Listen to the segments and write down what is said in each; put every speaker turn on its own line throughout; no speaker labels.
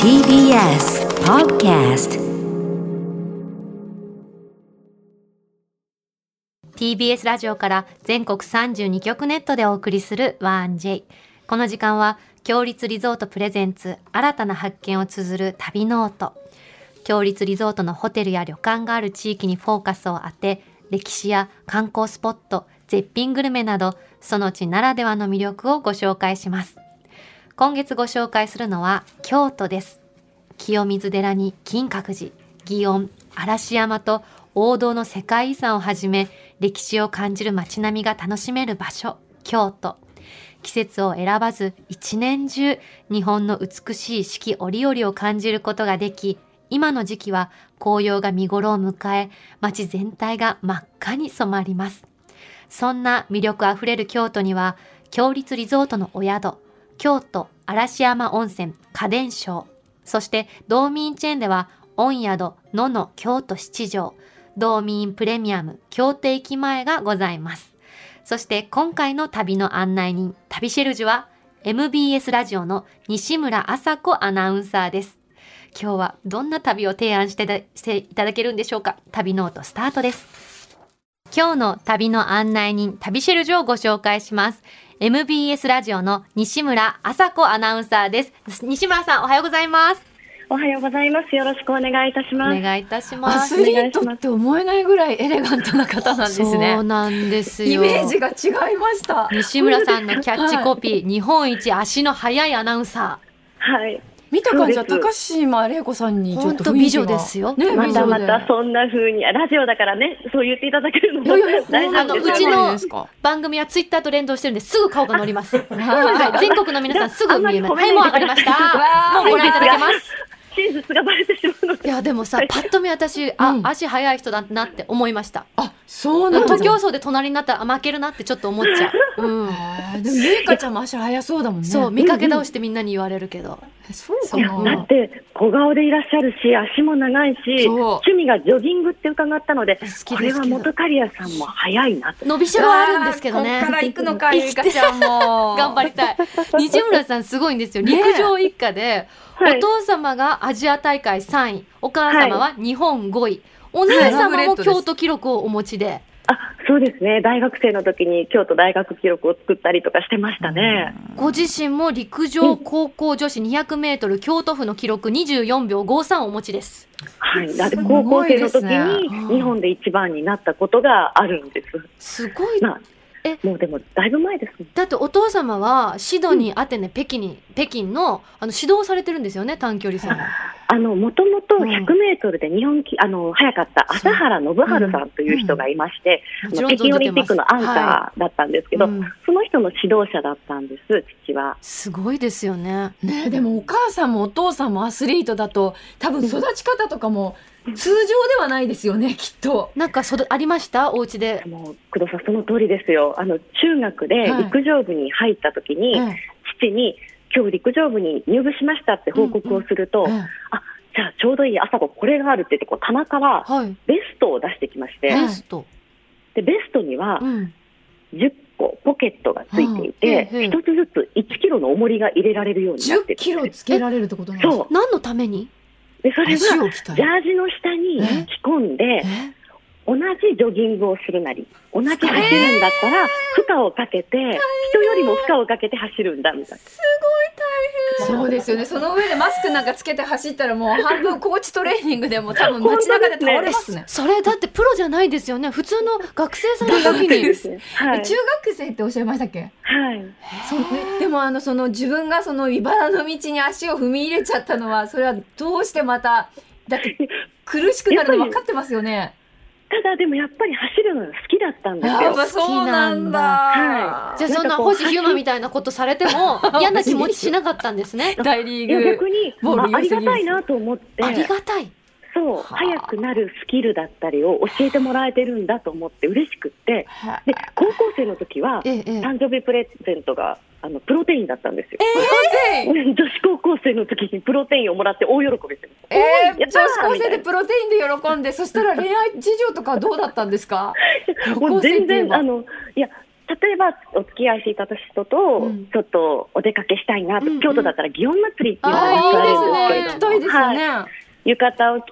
TBS Podcast
TBS ラジオから全国32局ネットでお送りする 1J この時間は強立リゾートプレゼンツ新たな発見を綴る旅ノート強立リゾートのホテルや旅館がある地域にフォーカスを当て歴史や観光スポット絶品グルメなどその地ならではの魅力をご紹介します今月ご紹介するのは京都です清水寺に金閣寺祇園嵐山と王道の世界遺産をはじめ歴史を感じる街並みが楽しめる場所京都季節を選ばず一年中日本の美しい四季折々を感じることができ今の時期は紅葉が見頃を迎え街全体が真っ赤に染まりますそんな魅力あふれる京都には強立リゾートのお宿京都嵐山温泉家電商そして道民チェーンでは御宿野の京都七条道民プレミアム京都駅前がございますそして今回の旅の案内人旅シェルジュは MBS ラジオの西村麻子アナウンサーです今日はどんな旅を提案してだしていただけるんでしょうか旅ノートスタートです今日の旅の案内人、旅シェルジュをご紹介します。MBS ラジオの西村麻子アナウンサーです。西村さん、おはようございます。
おはようございます。よろしくお願いいたし
お
ます。
願いいたしま
ア
す。
スリートって思えないぐらいエレガントな方なんです
そう
ね。
なんですよ。
イメージが違いました。
西村さんのキャッチコピー、日本一足の速いアナウンサ
はい。
見た感じは
そうで
高島玲子さんにちょっと
ほんと
雰囲気が
美女ですよ
ね、
ま
美
た
女
ま
で。
たそんな風に、あラジオだからね、そう言っていただけるの
い
も
やいやいや、
大
あの
丈夫
う
です
ち
よ。
の
ですか
番組はツイッターと連動してるんですぐ顔が乗ります。はい、全国の皆さんすぐ見えます。
あんま
は
り
い、もう上がり
褒めないでください
まし
わ
た。
ー
もうご覧いただけます。
真実がバレてしまうの
い
で。
やでもさ、パッと見私、あ、
うん
足速い人だなって思いました。
あ、そうなんだ。
徒競走で隣になったらあ負けるなってちょっと思っちゃう。うん。
へーでも、ゆいかちゃんも足早そうだもんね。
そう、見かけ倒してみんなに言われるけど。
そうか
いや、
な。
だって、小顔でいらっしゃるし、足も長いし、
そう
趣味がジョギングって伺ったので、
です
これは元カリアさんも早いなと。
伸びしろはあるんですけどね
こっ。から行くのか、ゆいかちゃんも。
頑張りたい。 西村さんすごいんですよ。陸上一家で、
はい
お父様がアジア大会3位、お母様は日本5位、お姉様も京都記録をお持ちで、
あ、そうですね。大学生の時に京都大学記録を作ったりとかしてましたね。
ご自身も陸上高校女子200メートル京都府の記録24秒53をお持ちです。
はい。だって
す
高校
ごい
生
で
の
す
時
ね
に日本で一番になったことがあるんです。
すごい。
まあ
え、
もうでもだいぶ前ですもん。
だってお父様はシドニー、アテネ、北京に、北京の、あの、指導をされてるんですよね、短距離さん。
あの、もともと
うん
100メートルで日本記、あの、早かった
そう
朝原信治さんという人がいまして、
も
あ
ちろ
の
ん
北
存
京オ
じ
リ
て
ンピ
ま
ッ
す。
クのアンカーだったんですけど、
はいうん
その人の指導者だったんです、父は。
すごいですよね。
ね、でもお母さんもお父さんもアスリートだと多分育ち方とかも通常ではないですよねきっと。
なんか、そどありましたお家で。
もう、工藤さん、その通りですよ。あの、中学で
はい
陸上部に入った時に、
え
父に、今日陸上部に入部しましたって報告をすると、
ええ
じゃあちょうどいい朝子これがあるって言って、こう棚から
はい。
ベストを出してきまして、
ベスト。
で、ベストには
うん。
10個ポケットがついていて、
うんうんうん
一つずつ1キロの重りが入れられるようになってる
10キロつけられるってことなんです
そ
か。
何のために
う。で、それ
足
は、
を鍛え
ジャ
る。
ージの下に
え
着込んで、
え
同じジョギングをするなり、同じ走るんだったら、負荷をかけて、人よりも負荷をかけて走るんだ、みたい
そうですよね。その上でマスクなんかつけて走ったらもう半分コーチトレーニングでも多分街中で倒れますね。
それだってプロじゃないですよね。普通の学生さんの
な。
時に。
ですね。は
え
い
中。学生っておっしゃいましたっけ？
はい。
そうね。でもあのその自分がその茨の道に足を踏み入れちゃったのはそれはどうしてまただって苦しくなるの分かってますよね。
ただ、でもやっぱり走るのが好きだったんです
やっ
よ。
ぱそうなんだ。
は
じゃあそん
な
なん
かこう
星ヒューマンみたいなことされても嫌な気持ちしなかったんですね。
大リ
いや、
ーグ
逆。に、
ボール
まあ、あり
優先
が
優先
たいなと思って、
ありがたい。
そう、早くなるスキルだったりを教えてもらえてるんだと思って嬉しくって、で、高校生の時は、
ええええ。
誕生日プレゼントがあのプロテインだったんですよ。 女子高校生の時にプロテインをもらって大喜びしてます。
えー、
や
女
ったー
子高生でプロテインで喜んで、そしたら恋愛事情とかどうだったんですか
もう全
高校生って言え
然
ば
あのいや例えばお付き合いしていた人と
うん
ちょっとお出かけしたいなと、
うんうん
京都だったら祇園祭りっていうの
あ
が
ー
あるん
いい
です
ああ、行き
ですね
けれど
たいですよね。
浴衣を着て、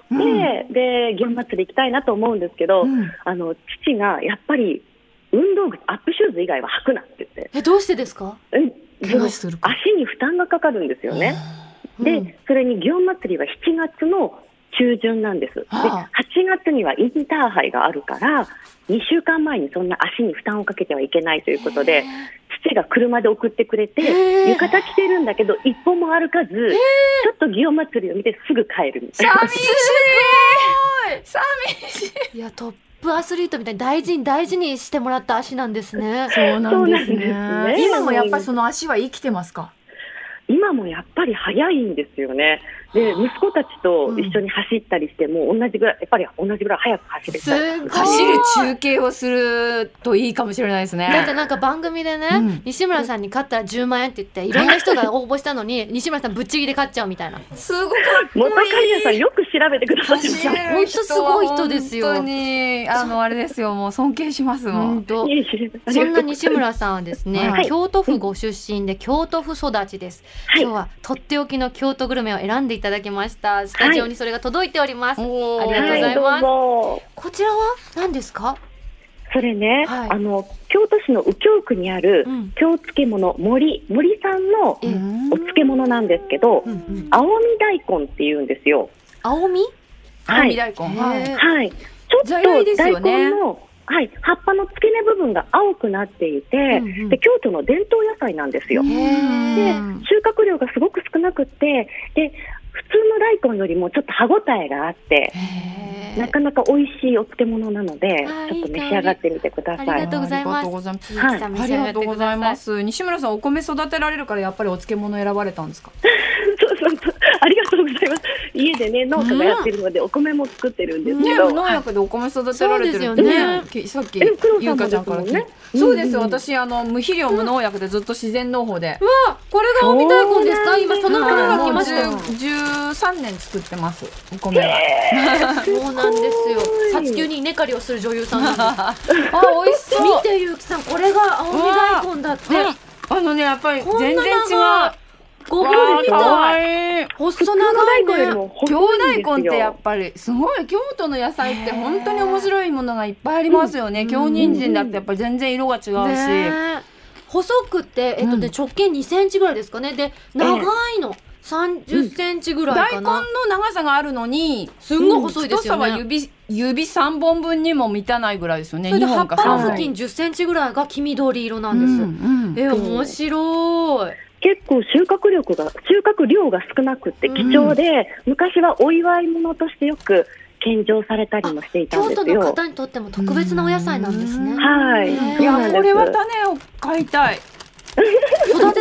で祇園祭り行きたいなと思うんですけど、
うん
あの父がやっぱり運動靴アップシューズ以外は履くなって言って
えどうしてですか？
うん
怪我するから
足に負担がかかるんですよね。で、
うん
それに祇園祭りは7月の中旬なんです。で、8
あ
月にはインターハイがあるから、2週間前にそんな足に負担をかけてはいけないということで、父が車で送ってくれ
へ
て、
ー
浴衣着てるんだけど、一歩も歩かず、ちょっと祇園祭りを見てすぐ帰るみたいな。
寂しい。寂しい。
いやトップアスリートみたいに大事に大事にしてもらった足なんですね。
そうなんです
そうなんで
ね
すね
今もやっぱりその足は生きてますか
今もやっぱり早いんですよね。で、息子たちと一緒に走ったりしても、同じぐらい、やっぱり同じぐらい早く走れ
す
たり
ごい。
走る中継をするといいかもしれないですね
だってなんか番組でね、
うん
西村さんに勝ったら10万円って言っていろんな人が応募したのに西村さんぶっちぎりで勝っちゃうみたいな
すごかっこいい。
元カリアさんよく調べてくださいね。
走れる人は
ほんとすごい人ですよ
本当にあのあれですよもう尊敬しますもん、
本当
いえいえありがとうございます
そんな西村さんはですね、
はい
京都府ご出身で京都府育ちです、
はい
今日はとっておきの京都グルメを選んでいただきましたスタジオにそれが届いております、
おー
ありがとうございます
はい、どうぞ
こちらは何ですか
それね、
はい
あの京都市の右京区にある
うん
京漬物森森さんの
え
うん
お漬物なんですけど、
うんうん
青み大根って言うんですよ。
青み
青
は
み
い、
大根
へー
はい、ちょ
材
っ
料いいで
と
すよ
大
ね
根の、はい、葉っぱの付け根部分が青くなっていて、
うんうん
で京都の伝統野菜なんですよ。
う
収
ん
穫量がすごく少なくってで普通の大根よりもちょっと歯ごたえがあって。
へー
なかなか美味しいお漬物なので、
あー
ちょっと
いい香り
召し上がってみてください。
ありがとうございます
ありがとうございます
鈴木さん召
あ
し
り
上
が
って
とう
くださ
ございます。西村さん、お米育てられるから、やっぱりお漬物選ばれたんですか。
そうそうそう。ありがとうございます。家でね、農家がやってるので、お米も作ってるんですけ
ね、
ど。
農薬でお米育てられてるって
そうですよね
きさっき
え黒、
ゆ
さ
うんか
も
ち
で
ゃん
す
から
も
聞
ん
いて
ね。。
そうですよ、
んんん。
私、あの、無肥料無農薬でずっと自然農法で。
わあこれが青み大根ですか今そのもの
はい
が
も
来
う
ましたよ
十三年作ってます。お米は。
そうなんですよ
すごい
殺球に稲刈りをする女優さんなんです
あ、美味し
見
そう。
てゆうきさんこれが青み大根だって
うんあのね、やっぱり
こんな
全然違う。
長いごぼうみ
可
たい
愛いい。
細長い
大根より
ね
も細
京
いんですよ
大根ってやっぱりすごい京都の野菜って本当に面白いものがいっぱいありますよね。京人参だってやっぱり全然色が違うし。
ねえ細くてえっとね
うん
直径2センチぐらいですかねで長いの30センチぐらい
大
かな、
根の長さがあるのに
すんごい細いですよね
太さは指指3本分にも満たないぐらいですよね
それで
二
葉
本
っ
か
ぱ
三
の
本
付近10センチぐらいが黄緑色なん
う
です、
ん
え面白い
結構収穫力が、収穫量が少なくって貴重で、昔はお祝い物としてよく献上されたりもしていたん
京
で
都
す
の
よ。
方にとっても特別なお野菜なんですね
うん
はい。
ね
うんい
そうなん
や
です
これは種を買いたい
育ててみたいですよ
う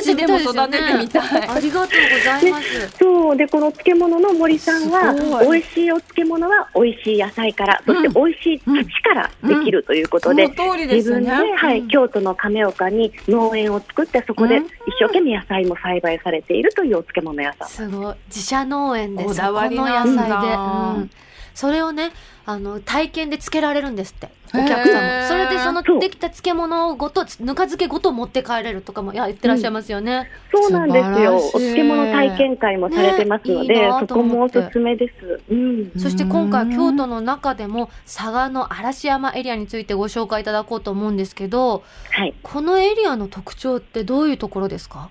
ちでも育てて
ね
みたい
ありがとうございます
そうでこの漬物の森さんは
すごい
美味しいお漬物は美味しい野菜からそして美味しい土からできるというこ
そ
とで、
の通りで
自
すよ
分で、
ね
はい京都の亀岡に農園を作ってそこで
う
一
ん
生懸命野菜も栽培されているというお漬物屋さん。
すごい自社農園で
こ
そ
だ
こ
わ
の
り
野
なんだ
菜で、うんそれをねあの体験でつけられるんですってお客
へ
様
ー
それでその
そう
できた漬物ごとぬか漬けごと持って帰れるとかもいや言ってらっしゃいますよね、
そうなんですよ。お
素晴らしい
漬物体験会もされてますので、
ねいいな
そ
と
こも
思っ
お
て
すすめです。うん。
そして今回は京都の中でも佐賀の嵐山エリアについてご紹介いただこうと思うんですけど
はい。
このエリアの特徴ってどういうところですか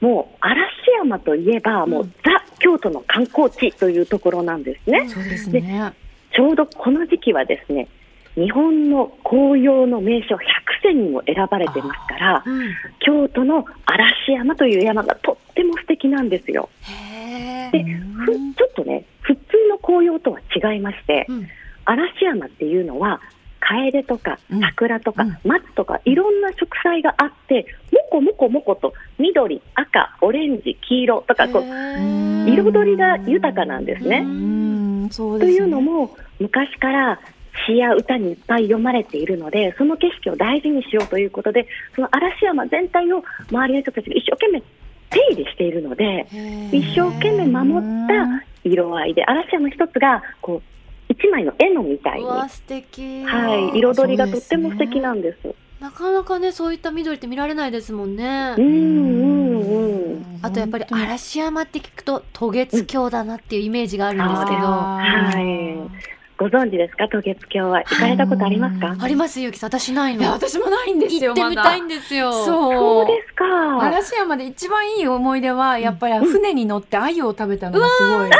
もう嵐山といえば、もう、
うん
ザ京都の観光地というところなんですね。
そうですね
ちょうどこの時期はですね、日本の紅葉の名所100選にも選ばれてますから、
うん
京都の嵐山という山がとっても素敵なんですよ。
へ
で
え、
ふちょっとね、普通の紅葉とは違いまして、
うん
嵐山っていうのは、カエデとか
うん
桜とか
うん
松とかいろんな植栽があって、もこもこもこと緑、赤、オレンジ、黄色とかこう
へえ
彩りが豊かなんですね。
うんそう
と
ですね
いうのも昔から詩や歌にいっぱい読まれているのでその景色を大事にしようということでその嵐山全体を周りの人たちが一生懸命手入れしているので一生懸命守った色合いで嵐山一つがこう一枚の絵のみたいうに、は
わ素敵
い、彩りがとっても素敵なんです。
なかなかねそういった緑って見られないですもんね
う。んうんうん。
あとやっぱり嵐山って聞くと渡月橋だなっていうイメージがあるんですけど、あ
は
ご存知ですか、渡月橋は。行かれたことありますか
りますゆうきさん私ない
いや
の。
私もないんです
行
よ
ってみたいん
ま
ですよ。
だ
そ
そう
うですか。
嵐山で一番いい思い出はやっぱり船に乗って鮎を食べたのがすごい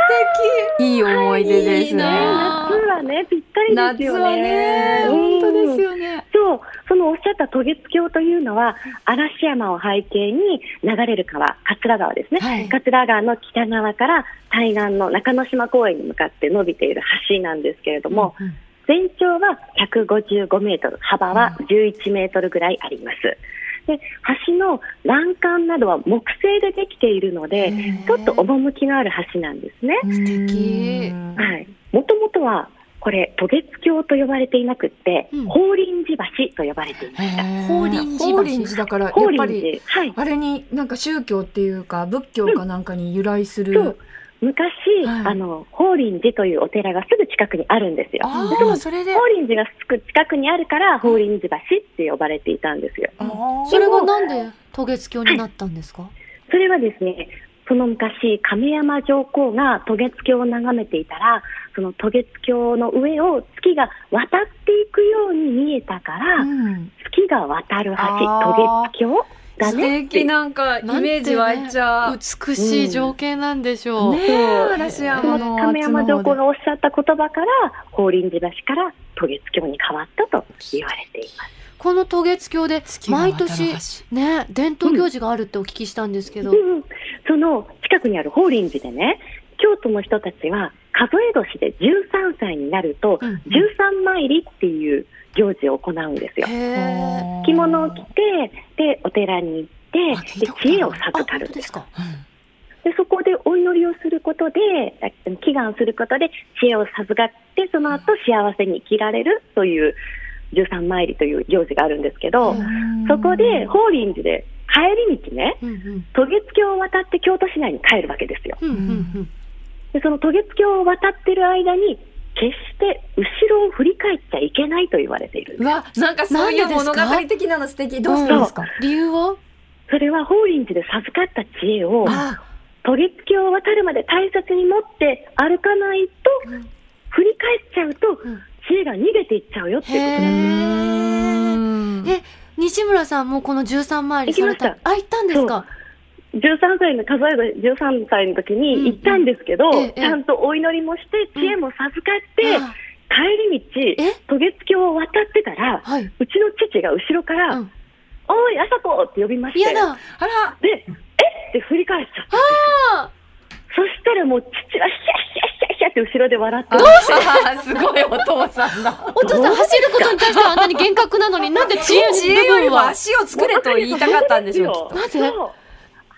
いい思い出です
いいな
ね。
夏はね、ぴったりです
夏
よ
は
ね。
ね
うん
本当ですよね。
そう、そのおっしゃった渡月橋というのは、嵐山を背景に流れる川、桂川ですね。
はい
桂川の北側から対岸の中之島公園に向かって伸びている橋なんですけれども、
うん
全長は155メートル、幅は11メートルぐらいあります。で橋の欄干などは木製でできているので、ちょっと趣のある橋なんですね。
素
敵
はい。もともとは、これ、渡月橋と呼ばれていなくって、
うん
法輪寺橋と呼ばれています。
法輪寺
法
法
輪
輪
寺
寺だからやっ
法輪
ぱ
寺
り。
はい。
あれになんか宗教っていうか仏教かなんかに由来す
そ
る
う。昔、
はい
あの、法輪寺というお寺がすぐ近くにあるんですよ。
あ
でその
あそれで
法輪寺がすぐ近くにあるから、法輪寺橋って呼ばれていたんですよ。
それがなんで渡月橋になったんですか。
それはですね、その昔、亀山上皇が渡月橋を眺めていたら、その渡月橋の上を月が渡っていくように見えたから、
うん
月が渡る橋、渡
あー
月橋だ
素
ねって
敵なんかイメージ湧いちゃう。
美しい情景なんでしょう。
ねえ嵐
そ
山
の
の
亀山上皇
の
がおっしゃった言葉から法輪寺橋から渡月橋に変わったと言われています。
この渡月橋で毎年ね伝統行事があるってお聞きしたんですけど、
うんうんその近くにある法輪寺でね、京都の人たちは数え年で13歳になると、
うん
13参りっていう行事を行うんですよ。
へえ。
着物を着て、で、お寺に行って、で知恵を
あ
授か
本
る
当ですか。
でそこでお祈りをすることであ祈願することで知恵を授かってその後幸せに生きられるという十三参りという行事があるんですけど、
うん
そこで法輪寺で帰り道ね
うんうん
渡月橋を渡って京都市内に帰るわけですよ
うんうん
でその渡月橋を渡ってる間に決して後ろを振り返っちゃいけないと言われているん
う
です
わ、なんかそういう物語的なの素敵。どうしたんですか。
うん。理由は？
それは法輪寺で授かった知恵を
あ、
渡月橋を渡るまで大切に持って歩かないと、振り返っちゃうと、
うん
知恵が逃げていっちゃうよっていうことなんで
うん
え、西村さんもこの十三参りされた。
行きまし
あ、行ったんですか。
す13歳の数えで13歳の時
うん
に行ったんですけど、
ええ
ちゃんとお祈りもして知恵も授かって、
あ
帰り
え
道渡月橋を渡ってたら
はいう
ちの父が後ろから「
うん
おい朝子!」って呼びまして
嫌だ。
あら
で「えっ!」て振り返っちゃった
あ
そしたらもう父はヒャヒャヒャヒャって後ろで笑って
あ すごいお父さんだ
ーお父さん走ることに対してはあんなに厳格なのになんで知恵
知
の
恵
部
より
分
も
は。
足を作れと言いたかったんでし ょうきっと
そ
きっと
う
なぜ
そう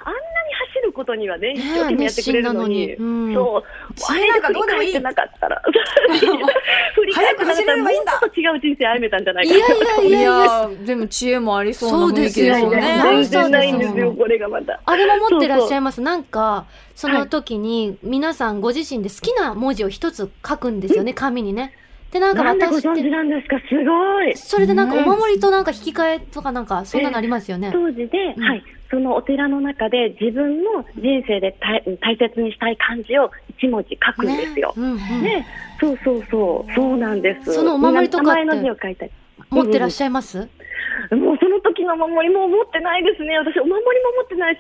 あんなに走ることにはね、一生
ね
懸命やってくれるのに。
熱心なのにうん
そう。
知恵なんかどうでも
あれ振り
いい
返ってなかったら。振り返ってなかったら、もうちょっと違う人生歩めたんじゃない
い
か
や
な
やい
い
やいや。
ーでも知恵もありそうな雰囲
そうで
気
すよね
全
ね。
然ないんです
そうそう
よ、
そう
これがまた。
あれも持ってらっしゃいます。なんか、その
はい
時に、皆さんご自身で好きな文字を一つ書くんですよね、紙にね。で、なんか
なんでご
私っ
存知
て、
なんですか、すごい。
それでなんかお守りとなんか引き換えとかなんか、そんなのありますよね。
当時で、
うん
はい、そのお寺の中で自分の人生で大大切にしたい漢字を一文字書くんですよ。
ねうんうん
ね、そうそうそう、そうなんです。
そのお守りとかって
名前の字を書いたり。
持ってらっしゃいます
もうその時のお守りも持ってないですね。私お守りも持ってないし、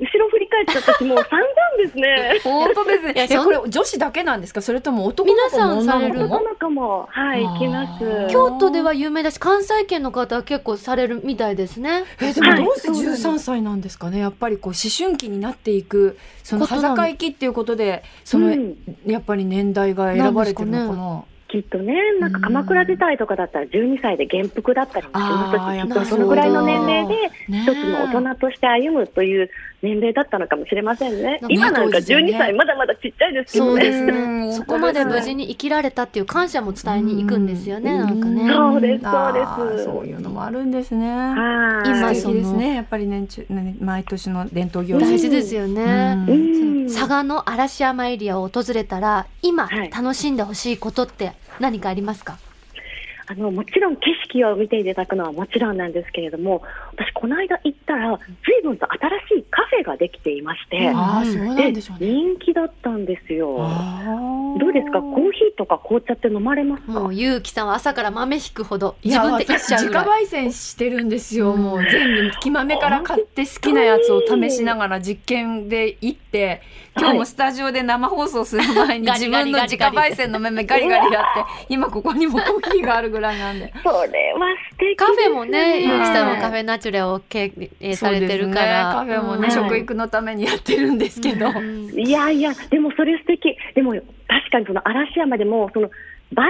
後ろ振り返っちゃったし、もう散々ですね
本当ですね
や
え
そん
これ女子だけなんですかそれとも男の子も
皆さんされ
女の
る
子
男
も
の子も、はい、行きます。
あー
京都では有名だし関西圏の方は結構されるみたいですね。
えでも
はい
どうして13歳なんですかねやっぱりこう思春期になっていくその
ことなの
裸行きっていうことでその、
うん
やっぱり年代が選ばれてるのかな
きっとね、なんか鎌倉時代とかだったら12歳で元服だったりもしま
あーや
し
っぱ
たし、そのぐらいの年齢で一つの大人として歩むという年齢だったのかもしれませんね
な。んか
今なんか
当時ね
12歳まだまだちっちゃいですけ
そ
ど
う
ね。
です
う
ね。
ん
そこまで無事に生きられたっていう感謝も伝えに行くんですよね。
う
なんかね。
そうです
あー
そうです
そういうのもあるんですね
はい。
今
素
その
敵ですねやっぱり年中ね毎年の伝統行事
大事ですよね。
う
うん
ん。
佐賀の嵐山エリアを訪れたら今
はい
楽しんでほしいことって何かありますか、
あのもちろん景色を見ていただくのはもちろんなんですけれども私この間行ったら随分と新しいカフェができていまして、
ああ、そうなんでしょう
で
ね。
人気だったんですよどうですかコーヒーとか紅茶って飲まれますか
もうゆうきさんは朝から豆引くほど
い
自
や
分でいっ
私
ちゃう
自
ぐ
家
らい
焙煎してるんですよ、
うん
もう全部木豆から買って
で好きなやつを試しながら実験で行って今日もスタジオで生放送する前に
はい
自分の
ガリ
自
ガリガリ
家
ガリ
焙煎の豆ガリガリやって今ここにもコーヒーがあるぐらいなんで
それは素敵
カフェもね、
です
ゆうきさん
は
も
い
カフェナチュラを経営
そ
さ
う
れ
です
て
ね
るから。
カフェもね、
うん
食育のためにやってるんですけど、
うん
いやいや、でもそれ素敵。でも確かにその嵐山でもその焙煎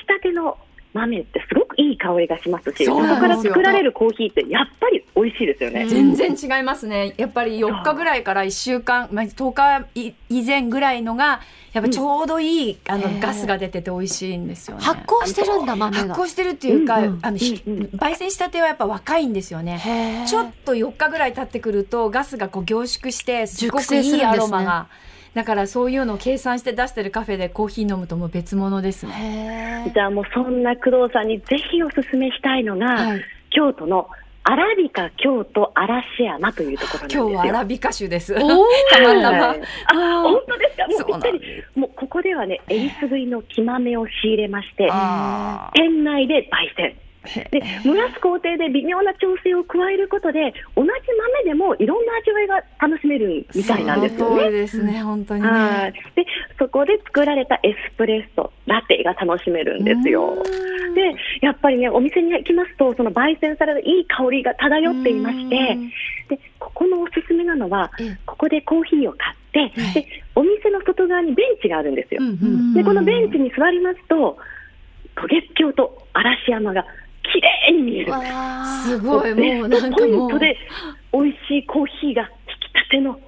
したての豆ってすごくいい香りがしますし、そ
そう
こ
なんですよ
から作られるコーヒーってやっぱり美味しいですよね。
全然違いますねやっぱり4日ぐらいから1週間、まあ、10日い以前ぐらいのがやっぱちょうどいい、あ
へー
のガスが出てて美味しいんですよね
発酵してるんだ、豆
発
が。
酵してるっていうか、
うんうん
あのひ
うんうん
焙煎したてはやっぱ若いんですよね
へー
ちょっと4日ぐらい経ってくるとガスがこう凝縮してすご
熟成
く
するんです
いい
ね
アロマが、だからそういうのを計算して出してるカフェでコーヒー飲むともう別物ですね。
へー
じゃあもうそんな工藤さんにぜひおすすめしたいのが、
はい、
京都のアラビカ京都嵐山というところなんです
今
よ。
日はアラビカ州です。た
おー
また
は
ま
い。あ本当ですか。もう
そう
ぴ
な
っ
ん
た
で
り。もうここではね、えりすぐりの木豆を仕入れまして、
あ
店内で焙煎。で蒸らす工程で微妙な調整を加えることで同じ豆でもいろんな味わいが楽しめるみたいなんですよ
その通
ね。
りですね、本当に
は
ね
い。でそこで作られたエスプレッソラテが楽しめるんですよ。でやっぱりねお店に行きますとその焙煎されたいい香りが漂っていましてでここのおすすめなのは
ええ
ここでコーヒーを買って、でお店の外側にベンチがあるんですよ
う。んうん
でこのベンチに座りますと渡月橋と嵐山が綺麗に見える。
わー
すごいもう
で
なん
ポ
かも
イント
う
で美味しいコーヒーが引き立ての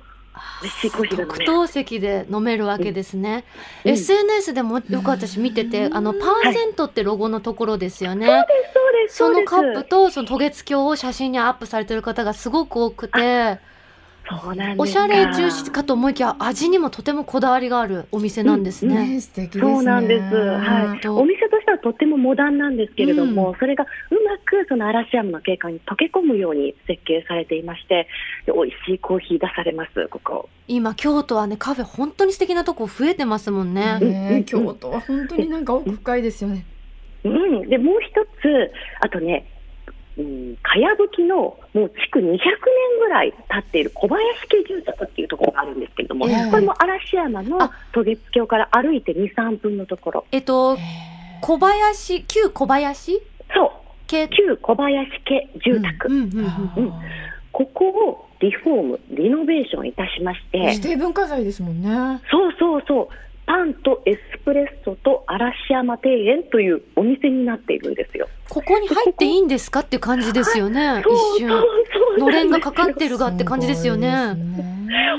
美味しいコーヒーが飲
特
める。
等席で飲めるわけですね。
うん
SNS でもよく私見てて、あの、パーセントってロゴのところですよね。
そうです
そ
そうで
の
す。
カップとその渡月橋を写真にアップされてる方がすごく多くて、
そうなんです
おしゃれ重視かと思いきや味にもとてもこだわりがあるお店なんですね。
素敵ですね。
そうなんです。は
ん
い。
と
お店としてはとってもモダンなんですけれども、
う
それがうまくその嵐山の景観に溶け込むように設計されていまして、で美味しいコーヒー出されますここ。
今京都はねカフェ本当に素敵なとこ増えてますもんね。
うんう
ね
ん、
京都は本当になんか奥深いですよね。
うん。でもう一つあとね。うん、かやぶきのもう築200年ぐらい経っている小林家住宅っていうところがあるんですけれども、
ええ
これも嵐山の
あ
渡月橋から歩いて2、3分のところ、
えっと小林旧小林
そう、
系
旧小林家住宅、
うんうんうん。
あ
ここをリフォーム、リノベーションいたしまし
ー
て
指、定文化財ですもんね。
そうそうそう、パンとエスプレッソと嵐山庭園というお店になっているんですよ。
ここに入っていいんですかって感じですよね。
そう
一
そう
瞬
そう
のれんがかかって
る。
るがって感じですよね。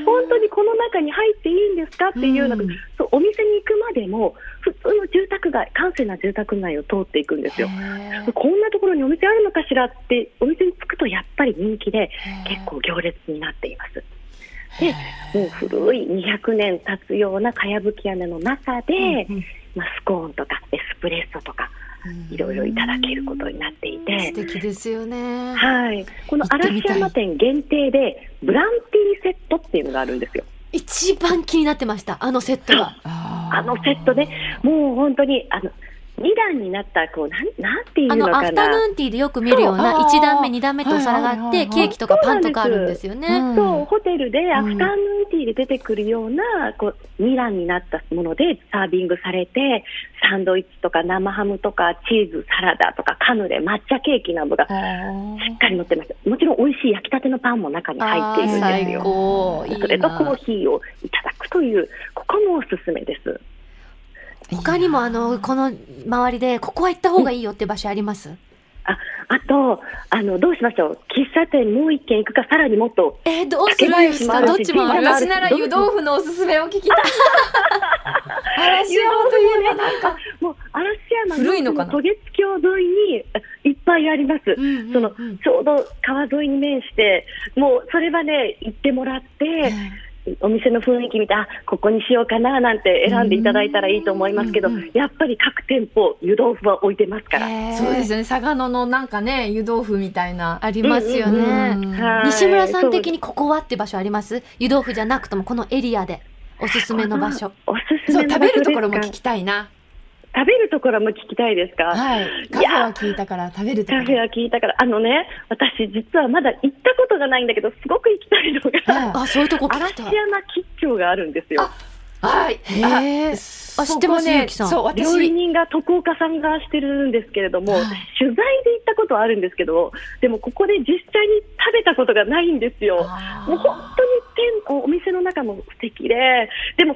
本当にこの中に入っていいんですかっていうのが、
うん
そうお店に行くまでも普通の住宅街、閑静な住宅街を通っていくんですよ。こんなところにお店あるのかしらってお店に着くとやっぱり人気で結構行列になっています。でもう古い200年経つようなかやぶき屋根の中で、
うんうん
まあ、スコーンとかエスプレッソとかいろいろいただけることになってい
素
て、
敵ですよね。
はい、この嵐山店限定でブランティーセットっていうのがあるんですよ。
一番気になってましたあのセットが。
あ
あのセットね、もう本当にあの2段になったこうなんなんていう
あ
の
のア
か
フタヌ
な。
ーンティーでよく見るよう
そう
な
あー
1段目2段目とお皿があっ
はいはいはい
て
はい
ケーキとかパンとかあるんですよね。
うん
そうホテルでアフタヌーンティーで出てくるような、こう2段になったものでサービングされてサンドイッチとか生ハムとかチーズサラダとかカヌレ抹茶ケーキなどがしっかり乗ってますもちろん美味しい焼きたてのパンも中に入
あ
っ
ー
ているんです
最
よ
高い
それ
い
とコー
な
ヒーをいただくというここもおすすめです
他にもあのこの周りでここは行った方がいいよって場所あります、
あとあのどうしましょう喫茶店もう一軒行くかさらにもっと
えーどうす
竹
る
林もあるし
どっちもある
私なら湯豆腐のおすすめを 聞きたい。嵐山といえばなんか
もう嵐山
古いのかな
渡月橋沿いにえいっぱいあります、
うんうんうん
そのちょうど川沿いに面してもうそれはね行ってもらって、お店の雰囲気見てあここにしようかななんて選んでいただいたらいいと思いますけど
うんうんうん
やっぱり各店舗湯豆腐は置いてますから。
へー
そうですよね。佐賀野のなんかね、湯豆腐みたいな。
ありますよ
う
ね。
ん
はい
西村さん的にここはって場所あります湯豆腐じゃなくともこのエリアでおすすめの場所。
おすす
そ
め
う
の
食
場
べ
所で
る
す
と
か
ころも聞きたいな。
食べるところも聞きたいですか、
はい。カ
い
フ
や
ェは聞いたから食べるとこ
カフェ
ろ。
は聞いたからあのね私実はまだ行ったことがないんだけどすごく行きたいのが、
は
あ、そういうとこ来
嵐
た。
山吉祥があるんですよ
はい。
へ
あ
え。あ知ってます
そこね
ゆうきさん
そう、私。
料理人が徳岡さんがしてるんですけれども、
はい
取材で行ったことはあるんですけどでもここで実際に食べたことがないんですよ
あ
もう本当に店お店の中も素敵ででも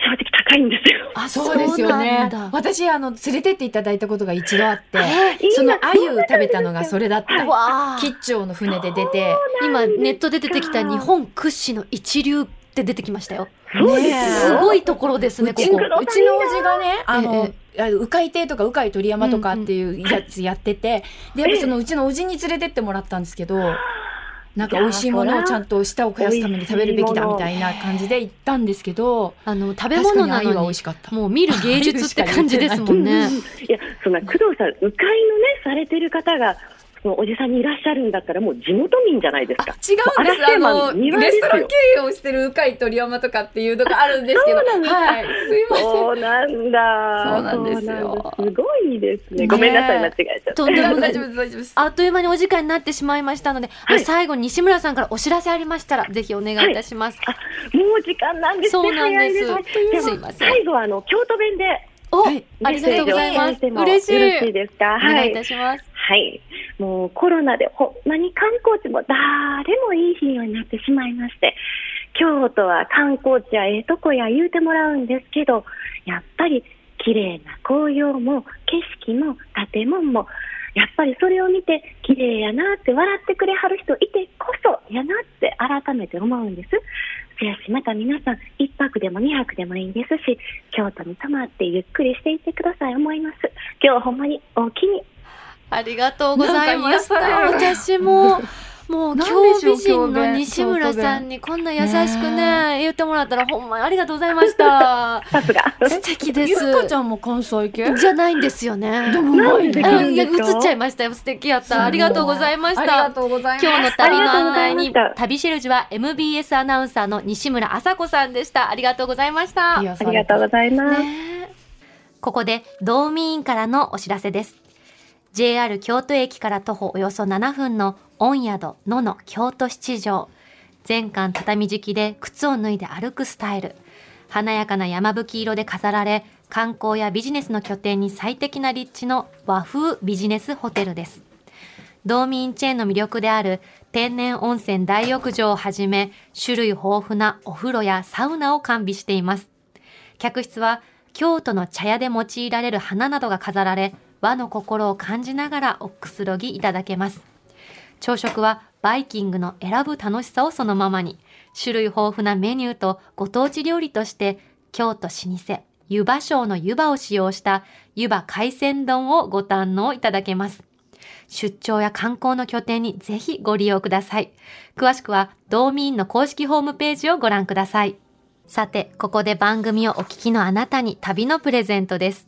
正直高いんですよ
あそうですよね
そうなんだ
私あの連れてっていただいたことが一度あって
え
いいな
その鮎食べたのがそれだった
ー、わあ。
吉兆の船で出て
今ネットで出てきた日本屈指の一流って出てきましたよ。
そうですよ、
ねえ
すごいところですね、
う
こ
ち
こ
の。うちのおじがね、あの
え、
あの鵜飼亭とか鵜飼鳥山とかっていうやつやってて、で、やっぱそのうちのおじに連れてってもらったんですけど、なんか美味しいものをちゃんと舌を肥やすために食べるべきだみたいな感じで行ったんですけど、
あの、食べ
確か
物
に
な
鮎は美
の
味
に、
しかった。
もう見る芸術って感じですもんね
うん。うんいやそんな工藤さん、鵜飼のねされてる方がそのおじさんにいらっしゃるんだったらもう地元民じゃないですか。
違うんです。
嵐
あ
山
の、
の庭で
レ
す
ス
よ
トラン経営をしてるうかい鳥山とかっていうのがあるんですけど、はい。すいません。
そうなんだ。
そうなんですよ
そうなんだすごいですね。ごめんなさい間
ね
違えちゃった。
とんでもな
大
い
丈夫。です、大丈夫です。
あっという間にお時間になってしまいましたので、あの
はい
最後に西村さんからお知らせありましたら、ぜひお願いいたします。
もう時間なんですね。
そうなんです
早いですす
い
で
ま
も
せん
最後はあの京都弁で
お、
はい
ありがとうございま
メッ
す。
セージをお
嬉し
伝えてもよろしい
い。
ですか。
お願いいたします。
はい。もうコロナでほんまに観光地も誰もいい日になってしまいまして、京都は観光地やええとこや言うてもらうんですけど、やっぱり綺麗な紅葉も景色も建物も、やっぱりそれを見て綺麗やなって笑ってくれはる人いてこそやなって改めて思うんです。せやしまた皆さん一泊でも二泊でもいいですし、京都に泊まってゆっくりしていってください思います。今日はほんまにおおきに。
ありがとうございました。
なんか癒
私も、もう、
なんで
京
しょ
美
う
人の
京美
西村さんにこんな優しくね、言ってもらったら、ほんまにありがとうございました。
さすが。
素敵で
ゆ
す。
っかちゃんも関西系
じゃないんですよね。
でも
なんででき
あ
るん
いや、
で
映
すか
っちゃいましたよ。素敵やった。ありがとうございまし
ありが
た。
とうございます。
今日の旅の案内に
ありがとうございました、
旅シェルジュは MBS アナウンサーの西村麻子さんでした。ありがとうございました。
癒
あ
さ
り
れ
が
た
とうございます。
ねえここで道民委員からのお知らせです JR 京都駅から徒歩およそ7分の御宿野の京都七条全館畳敷きで靴を脱いで歩くスタイル華やかな山吹色で飾られ観光やビジネスの拠点に最適な立地の和風ビジネスホテルです道民チェーンの魅力である天然温泉大浴場をはじめ種類豊富なお風呂やサウナを完備しています客室は京都の茶屋で用いられる花などが飾られ和の心を感じながらおくつろぎいただけます朝食はバイキングの選ぶ楽しさをそのままに種類豊富なメニューとご当地料理として京都老舗湯葉省の湯葉を使用した湯葉海鮮丼をご堪能いただけます出張や観光の拠点にぜひご利用ください詳しくは道民の公式ホームページをご覧くださいさて、ここで番組をお聞きのあなたに旅のプレゼントです。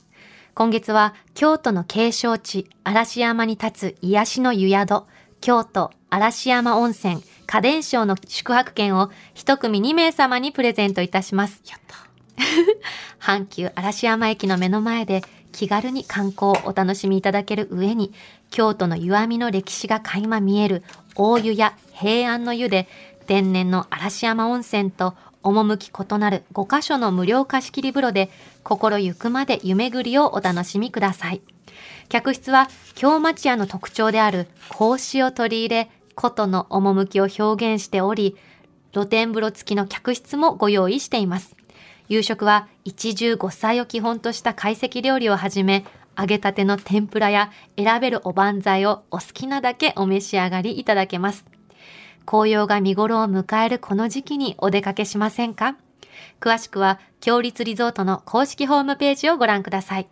今月は京都の景勝地、嵐山に立つ癒しの湯宿、京都嵐山温泉家電商の宿泊券を一組2名様にプレゼントいたします。やった。阪急嵐山駅の目の前で気軽に観光をお楽しみいただける上に、京都の湯あみの歴史が垣間見える大湯や平安の湯で、天然の嵐山温泉と趣異なる5カ所の無料貸し切り風呂で、心ゆくまで湯巡りをお楽しみください。客室は京町屋の特徴である格子を取り入れ、琴の趣を表現しており、露天風呂付きの客室もご用意しています。夕食は一汁五菜を基本とした懐石料理をはじめ、揚げたての天ぷらや選べるおばんざいをお好きなだけお召し上がりいただけます。紅葉が見頃を迎えるこの時期にお出かけしませんか詳しくは、強立リゾートの公式ホームページをご覧ください。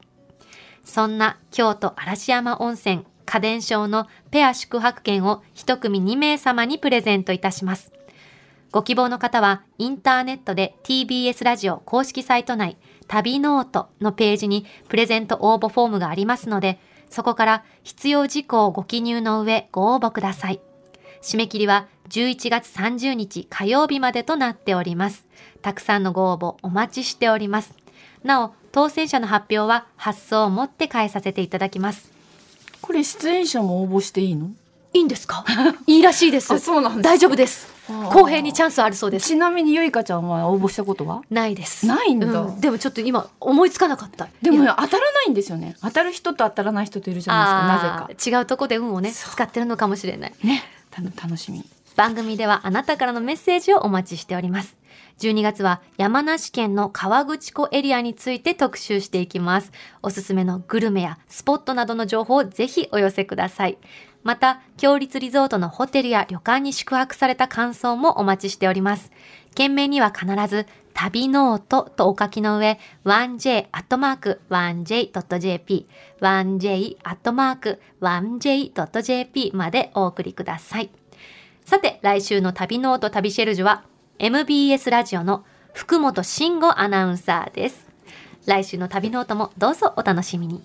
そんな京都嵐山温泉家電商のペア宿泊券を一組2名様にプレゼントいたします。ご希望の方は、インターネットで TBS ラジオ公式サイト内、旅ノートのページにプレゼント応募フォームがありますので、そこから必要事項をご記入の上ご応募ください。締め切りは11月30日火曜日までとなっております。たくさんのご応募お待ちしております。なお、当選者の発表は発送をもって返させていただきます。
これ出演者も応募していいの
いいんです かいいらしいです。
そうなん
大丈夫です。
あー
公平にチャンスあるそうです。
ちなみにゆいかちゃんは応募したことは
ないです。
ないんだ
でもちょっと今思いつかなかった。
で
い
も
や
当たらないんですよね当たる人と当たらない人といるじゃない
あ
で
ー違うとこで運をね、使ってるのかもしれない。
すかなぜかた楽しみ
番組ではあなたからのメッセージをお待ちしております。12月は山梨県の河口湖エリアについて特集していきます。おすすめのグルメやスポットなどの情報をぜひお寄せください。また、強立リゾートのホテルや旅館に宿泊された感想もお待ちしております。件名には必ず、旅ノートとお書きの上、1j.1j.jp、1j.1j.jp までお送りください。さて、来週の旅ノート旅シェルジュは、MBS ラジオの福本慎吾アナウンサーです。来週の旅ノートもどうぞお楽しみに。